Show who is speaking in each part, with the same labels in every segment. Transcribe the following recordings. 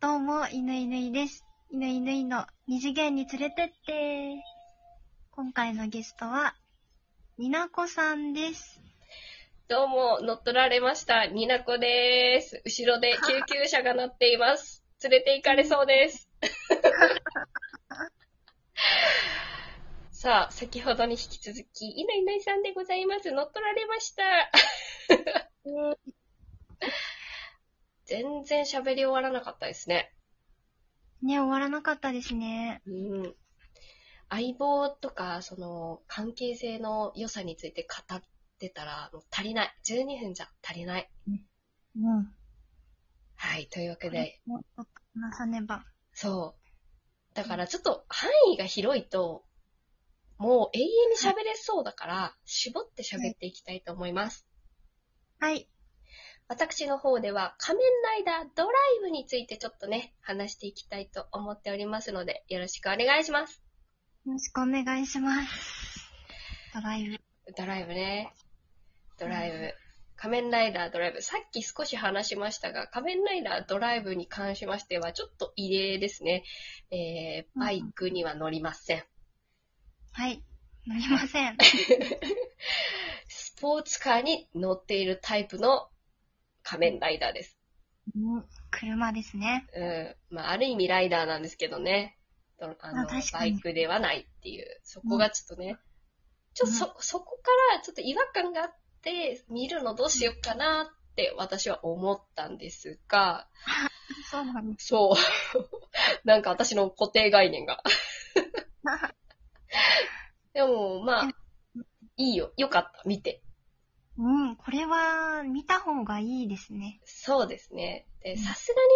Speaker 1: どうも、いぬいぬいです。いぬいぬいの二次元に連れてって。今回のゲストは、になこさんです。
Speaker 2: どうも、乗っ取られました。になこでーす。後ろで救急車が鳴っています。 連れて行かれそうです。 さあ、先ほどに引き続き、いないいないさんでございます。乗っ取られました。全然喋り終わらなかったですね。
Speaker 1: ね、終わらなかったですね。
Speaker 2: うん。相棒とか、その、関係性の良さについて語ってたら、もう足りない。12分じゃ足りない。
Speaker 1: うん。
Speaker 2: はい、というわけで、
Speaker 1: もっと話さねば。
Speaker 2: そう。だからちょっと範囲が広いと、もう永遠に喋れそうだから、絞って喋っていきたいと思います。
Speaker 1: はい。
Speaker 2: 私の方では、仮面ライダードライブについてちょっとね、話していきたいと思っておりますので、よろしくお願いします。
Speaker 1: よろしくお願いします。ドライブ。
Speaker 2: ドライブね。ドライブ。仮面ライダードライブ。さっき少し話しましたが、仮面ライダードライブに関しましては、ちょっと異例ですね。えー、バイクには乗りません。
Speaker 1: はい。乗りません。
Speaker 2: スポーツカーに乗っているタイプの仮面ライダーです。
Speaker 1: うん車ですね。
Speaker 2: うん。まあ、ある意味ライダーなんですけどね。どあの
Speaker 1: あ確か
Speaker 2: バ
Speaker 1: に
Speaker 2: イクではないっていう。そこがちょっとね、ちょっとそ、そこからちょっと違和感があって、見るのどうしようかなって私は思ったんですが、
Speaker 1: そうなんです。
Speaker 2: そう。 なんか私の固定概念 が。でも、まあ、いいよ。よかった。見て。
Speaker 1: うん、これは見た方がいいですね。
Speaker 2: そうですね。
Speaker 1: うん
Speaker 2: で、さすがにね、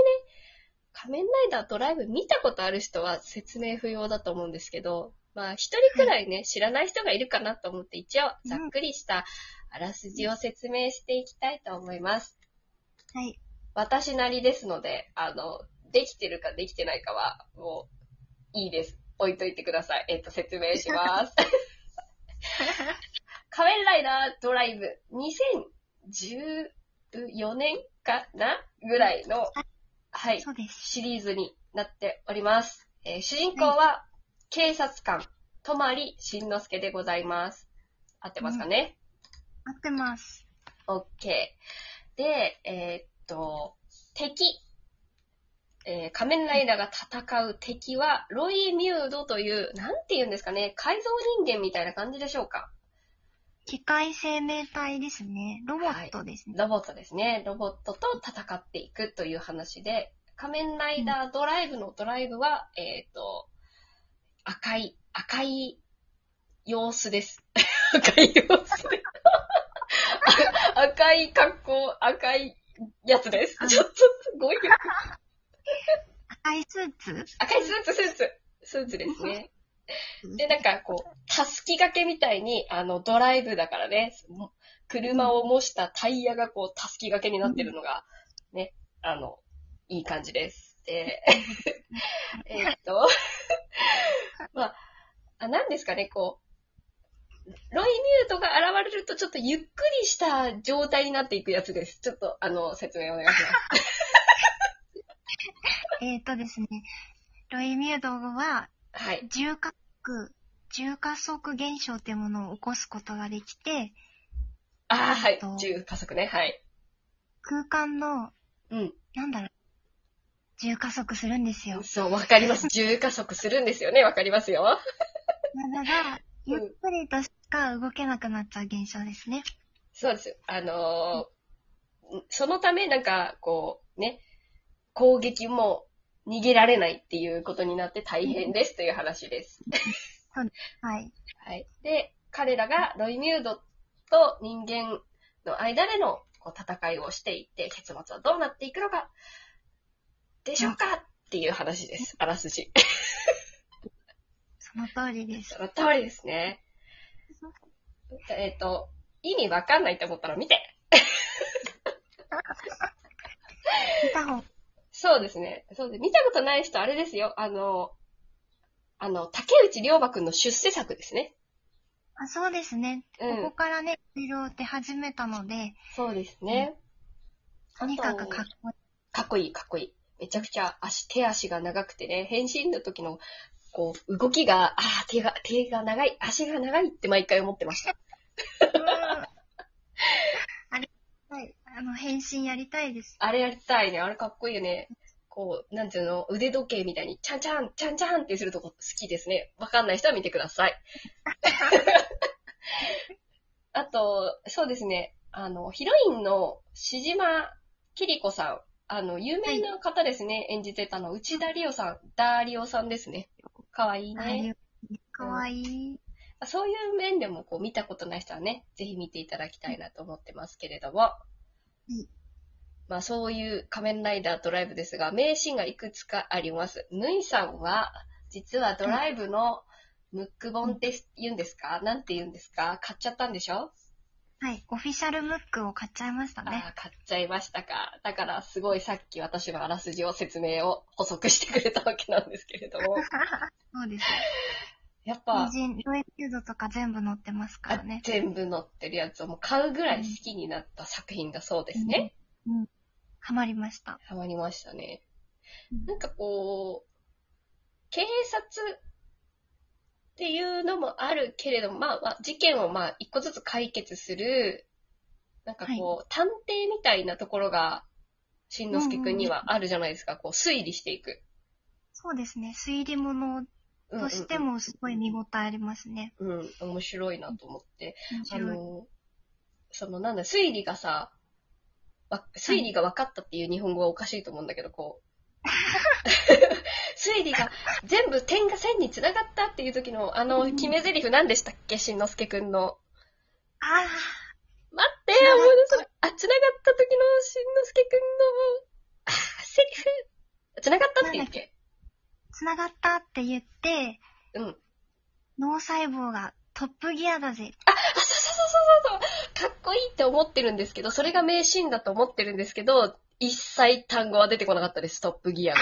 Speaker 2: 仮面ライダードライブ見たことある人は説明不要だと思うんですけど、まあ、一人くらいね、知らない人がいるかなと思って、一応、ざっくりしたあらすじを説明していきたいと思います。
Speaker 1: はい。
Speaker 2: 私なりですので、あの、できてるかできてないかは、もう、いいです。置いといてください。えっと、説明し ます。仮面ライダードライブ2014年かなぐらいの、はい、
Speaker 1: そうです。
Speaker 2: シリーズになっております。えー主人公は警察官、泊慎之介でございます。合ってますかね、
Speaker 1: 合ってます。
Speaker 2: オッケー。で、えーっと、敵。えー仮面ライダーが戦う敵は、ロイ・ミュードという、なんて言うんですかね、改造人間みたいな感じでしょうか。
Speaker 1: 機械生命体ですね。ロボットですね。
Speaker 2: ロボットですね。ロボットと戦っていくという話で、仮面ライダードライブのドライブは、えっ、と、赤い、赤い様子です。 赤い様子。 あ赤い格好、赤いやつです
Speaker 1: あ。の
Speaker 2: ちょっと、ごい
Speaker 1: 赤いスーツ
Speaker 2: 赤いスーツ、スーツ。スーツですね。で、なんかこう、たすき掛けみたいに、あの、ドライブだからね、もう車を模したタイヤがこう、たすき掛けになってるのが、ね、あの、いい感じです。で、えーっと、まあ、あ、なんですかね、こう、ロイ・ミュートが現れると、ちょっとゆっくりした状態になっていくやつです。ちょっと、あの、説明お願いします。
Speaker 1: えっ、ー、とですね、ロイミュードは
Speaker 2: はい。
Speaker 1: 重加速、重加速現象というものを起こすことができて、
Speaker 2: ああ、は
Speaker 1: えー
Speaker 2: い
Speaker 1: っと。
Speaker 2: 重加速ね、はい。
Speaker 1: 空間の、
Speaker 2: うん。
Speaker 1: なんだろう、重加速するんですよ。
Speaker 2: そう、わかります。重加速するんですよね。わかりますよ。
Speaker 1: 体が、ゆっくりとしか動けなくなっちゃう現象ですね。
Speaker 2: そうです。あのーそのため、なんか、こう、ね、攻撃も逃げられないっていうことになって大変ですという話です。
Speaker 1: はい。
Speaker 2: はい。で、彼らがロイミュードと人間の間でのこう戦いをしていって、結末はどうなっていくのか、でしょうかっていう話です。あらすじ。
Speaker 1: その通りです。
Speaker 2: その通りですね。えっ、と、意味わかんないと思ったら見て
Speaker 1: 見た方、
Speaker 2: そうですね。そうです。見たことない人、あれですよ。あの、あの、竹内涼真くんの出世作ですね。
Speaker 1: あ、そうですね。
Speaker 2: う
Speaker 1: ここ
Speaker 2: ん。
Speaker 1: からね、いろいろ出始めたので、
Speaker 2: そうですね。
Speaker 1: とにかく
Speaker 2: あと
Speaker 1: かっこいい。
Speaker 2: かっこいい、かっこいい。めちゃくちゃ足、手足が長くてね、変身の時の、こう、動きが、ああ、手が、手が長い、足が長いって毎回思ってました。
Speaker 1: あれ、はい。あの、変身やりたいです。
Speaker 2: あれやりたいね、あれかっこいいよね。こう、なんていうの、腕時計みたいに、ちゃんちゃん、ちゃんちゃんってするとこ好きですね。わかんない人は見てください。 あと、そうですね、あの、ヒロインのしじまきりこさん。あの、有名な方ですね、演じてたの。内田理央さん、ダーリオさんですね。かわいい
Speaker 1: ああい
Speaker 2: ね。
Speaker 1: うかわいい。
Speaker 2: そういう面でも、こう、見たことない人はね、ぜひ見ていただきたいなと思ってますけれども。
Speaker 1: い
Speaker 2: まあ、そういう仮面ライダードライブですが、名シーンがいくつかあります。ムイさんは、実はドライブのムック本って言うんですかなんて言うんですか買っちゃったんでしょ
Speaker 1: はい。オフィシャルムックを買っちゃいました
Speaker 2: あ
Speaker 1: ね。
Speaker 2: あ、買っちゃいましたか。だから、すごいさっき私のあらすじを説明を補足してくれたわけなんですけれ ども。
Speaker 1: そうです。
Speaker 2: やっぱ
Speaker 1: 友、人、ロエルドとか全部載ってますからね。
Speaker 2: 全部載ってるやつをもう買うぐらい好きになった作品だそうですね。
Speaker 1: ハマりました。
Speaker 2: ハマりましたね
Speaker 1: うん。
Speaker 2: なんかこう、警察っていうのもあるけれども、まあ、まあ事件をまあ、一個ずつ解決する、なんかこう、探偵みたいなところが、しんのすけくんにはあるじゃないですか、こう、推理していく。
Speaker 1: そうですね。推理物
Speaker 2: うんうんう
Speaker 1: と
Speaker 2: ん
Speaker 1: してもすごい見応えありますね。
Speaker 2: うん、面白いなと思って。
Speaker 1: 面
Speaker 2: あ
Speaker 1: 白い。
Speaker 2: の、そのなんだ、推理がさ、わ推理が分かったっていう日本語はおかしいと思うんだけど、こ う。推理が全部点が線に繋がったっていう時の、あの、決め台詞何でしたっけしんのすけくんの。
Speaker 1: あ
Speaker 2: 待って、思い出せない。あ、繋がった時のしんのすけくんの、あ、セリフ。繋がったって言うっけ
Speaker 1: あ、繋がったって言って、
Speaker 2: うん。
Speaker 1: 脳細胞がトップギアだぜ。
Speaker 2: あ、そうそうそうそうそうそう。かっこいいって思ってるんですけど、それが名シーンだと思ってるんですけど、一切単語は出てこなかったです、トップギアが。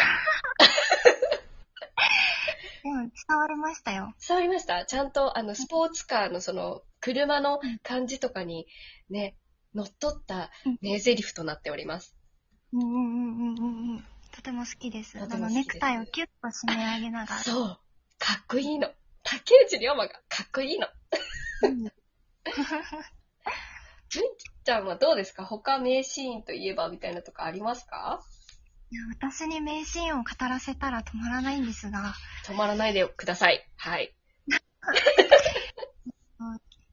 Speaker 1: でも伝わりましたよ。
Speaker 2: 伝わりましたちゃんと、あの、スポーツカーのその、車の感じとかに、ね、乗っ取った
Speaker 1: うん
Speaker 2: 名台詞となっております。
Speaker 1: うんうんうんうんうんうん。とても好きです。
Speaker 2: と
Speaker 1: あ
Speaker 2: ても
Speaker 1: の、
Speaker 2: 好きです
Speaker 1: ネクタイをキュッと締め上げながら。
Speaker 2: そう。かっこいいの。竹内涼真がかっこいいの。
Speaker 1: うん
Speaker 2: ちゃんはどうですか他名シーンといえばみたいなとかありますか
Speaker 1: いや私に名シーンを語らせたら止まらないんですが、
Speaker 2: 止まらないでください。はい。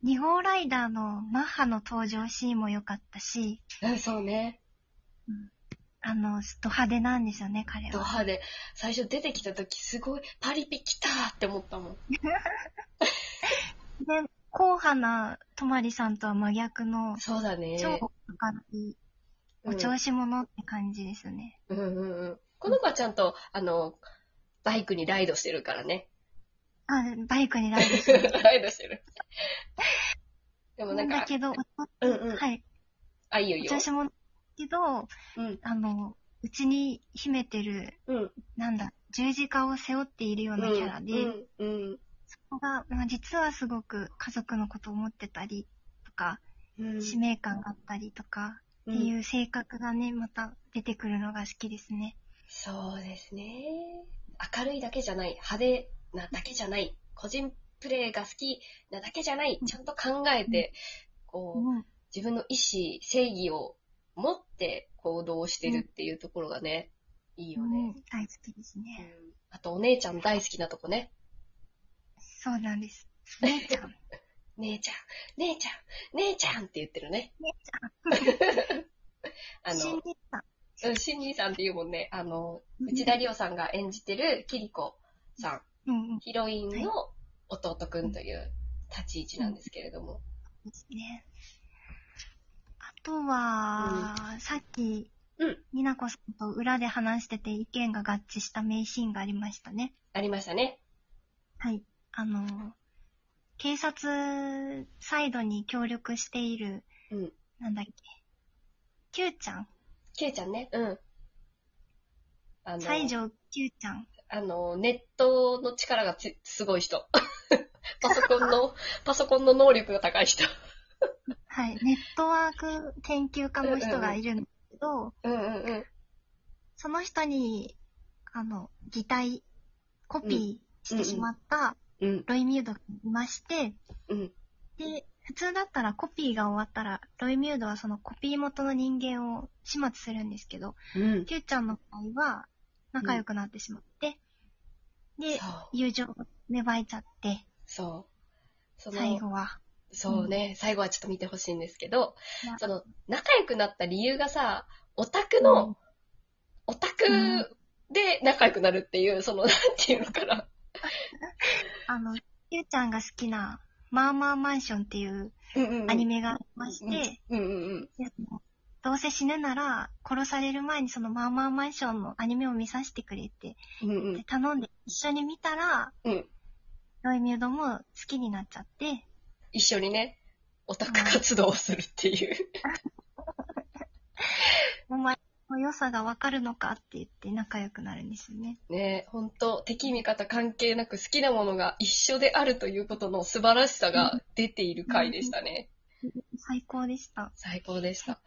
Speaker 1: 二号ライダーのマッハの登場シーンも良かったし、
Speaker 2: うん、そうね。
Speaker 1: あの、ド派手なんですよね、彼
Speaker 2: ド
Speaker 1: は。
Speaker 2: 派で、最初出てきた時すごい、パリピ来たって思ったもん。
Speaker 1: で、硬派なとまりさんとは真逆の、
Speaker 2: そうだね。
Speaker 1: 超明るい、
Speaker 2: う
Speaker 1: お
Speaker 2: ん
Speaker 1: 調子者って感じですね。
Speaker 2: うんうんうん。この子はちゃんと、あの、バイクにライドしてるからね。
Speaker 1: あ、バイクにラ イドしてる。
Speaker 2: ライドしてる。でも
Speaker 1: な
Speaker 2: なん
Speaker 1: んだ
Speaker 2: か、
Speaker 1: けど、
Speaker 2: うんうん。
Speaker 1: はい、
Speaker 2: あ、いいよい
Speaker 1: お
Speaker 2: いよ
Speaker 1: 調。子者だけど、
Speaker 2: うん。
Speaker 1: あの、うちに秘めてる、
Speaker 2: うん。
Speaker 1: なんだ、十字架を背負っているようなキャラで、
Speaker 2: うん。うん。
Speaker 1: そこが、まあ、実はすごく家族のことを思ってたりとか、
Speaker 2: うん。
Speaker 1: 使命感があったりとか
Speaker 2: う
Speaker 1: ってい
Speaker 2: ん。
Speaker 1: う性格がね、また出てくるのが好きですね。
Speaker 2: そうですね。明るいだけじゃない。派手なだけじゃない。個人プレイが好きなだけじゃない。ちゃんと考えて、こう、
Speaker 1: うん、
Speaker 2: 自分の意思、正義を持って行動してるっていうところがね、いいよ
Speaker 1: う
Speaker 2: ね、
Speaker 1: ん大好きです
Speaker 2: うん
Speaker 1: ね。
Speaker 2: あと、お姉ちゃん大好きなとこね。
Speaker 1: そうなんです。姉 ちゃん。
Speaker 2: 姉ちゃん、姉ちゃん、姉ちゃんって言ってるね。
Speaker 1: 姉ちゃ
Speaker 2: あ
Speaker 1: ん。新
Speaker 2: の、
Speaker 1: 人さん。
Speaker 2: うん、新人さんって言うもんね。あの、
Speaker 1: うん
Speaker 2: 内田理央さんが演じてるキリコさん、
Speaker 1: うんうん。
Speaker 2: ヒロインの弟くんという立ち位置なんですけれども。
Speaker 1: ですね。あとは、さっき、
Speaker 2: うん
Speaker 1: になこさんと裏で話してて意見が合致した名シーンがありましたね。
Speaker 2: ありましたね。
Speaker 1: はい。あの、警察サイドに協力している、
Speaker 2: うん
Speaker 1: なんだっけ、Q ちゃん、
Speaker 2: ケイちゃんね。うん。あの、
Speaker 1: 西条 Q ちゃん。
Speaker 2: あの、ネットの力がつすごい人。 パソコンの、パソコンの能力が高い人。
Speaker 1: はい。ネットワーク研究家の人がいるんだけど、
Speaker 2: うんうんうん。
Speaker 1: そその人に、あの、擬態、コピーしてしまった
Speaker 3: うん。
Speaker 1: ロイミュードがいまして、
Speaker 3: うん。
Speaker 1: で、普通だったらコピーが終わったら、ロイミュードはそのコピー元の人間を始末するんですけど、
Speaker 3: うん。
Speaker 1: キューちゃんの場合は仲良くなってしまって、で、
Speaker 2: そう。
Speaker 1: 友情が芽生えちゃって、
Speaker 2: そう。その
Speaker 1: 最後は。
Speaker 2: そうね、最後はちょっと見てほしいんですけど
Speaker 1: いや、
Speaker 2: その、仲良くなった理由がさ、オタクの、
Speaker 1: うん
Speaker 2: オタクで仲良くなるっていう、その、なん ていうのかな。
Speaker 1: あの、キューちゃんが好きな、マーマーマンションっていう
Speaker 3: うんうんうん
Speaker 1: アニメがありまして、
Speaker 3: うんうん
Speaker 1: でどうせ死ぬなら、殺される前にそのマーマーマンションのアニメを見させてくれって、
Speaker 3: うん。うんうん
Speaker 1: で頼んで一緒に見たら、
Speaker 3: うん
Speaker 1: ロイミュードも好きになっちゃって、
Speaker 2: 一緒にね、オタク活動をするっていう。
Speaker 1: お前の良さがわかるのかって言って仲良くなるんですよね。
Speaker 2: ね本当敵味方関係なく好きなものが一緒であるということの素晴らしさが出ている回でしたね。
Speaker 1: 最高でした。
Speaker 2: 最高でした。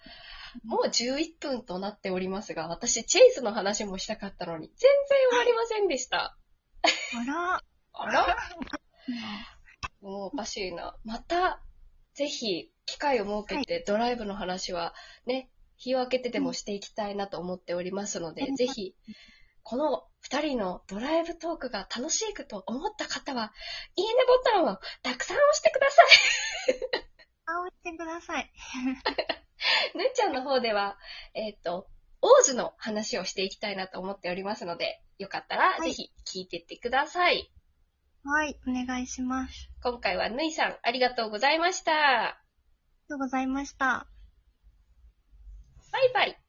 Speaker 2: もう11分となっておりますが、私、チェイスの話もしたかったのに、全然終わりませんでした。
Speaker 1: あら、
Speaker 2: あらもうおかしいな。また、ぜひ、機会を設けて、ドライブの話は、ね、日を明けてでもしていきたいなと思っておりますので、
Speaker 1: うん
Speaker 2: ぜひ、この2人のドライブトークが楽しいと思った方は、いいねボタンをたくさん押してくださ
Speaker 1: 顔してください。
Speaker 2: い。 ぬんちゃんの方では、えっ、と、王子の話をしていきたいなと思っておりますので、よかったら、
Speaker 1: はい
Speaker 2: ぜひ聞いてってください。
Speaker 1: はい、お願いします。
Speaker 2: 今回はぬいさん、ありがとうございました。
Speaker 1: ありがとうございました。
Speaker 2: バイバイ。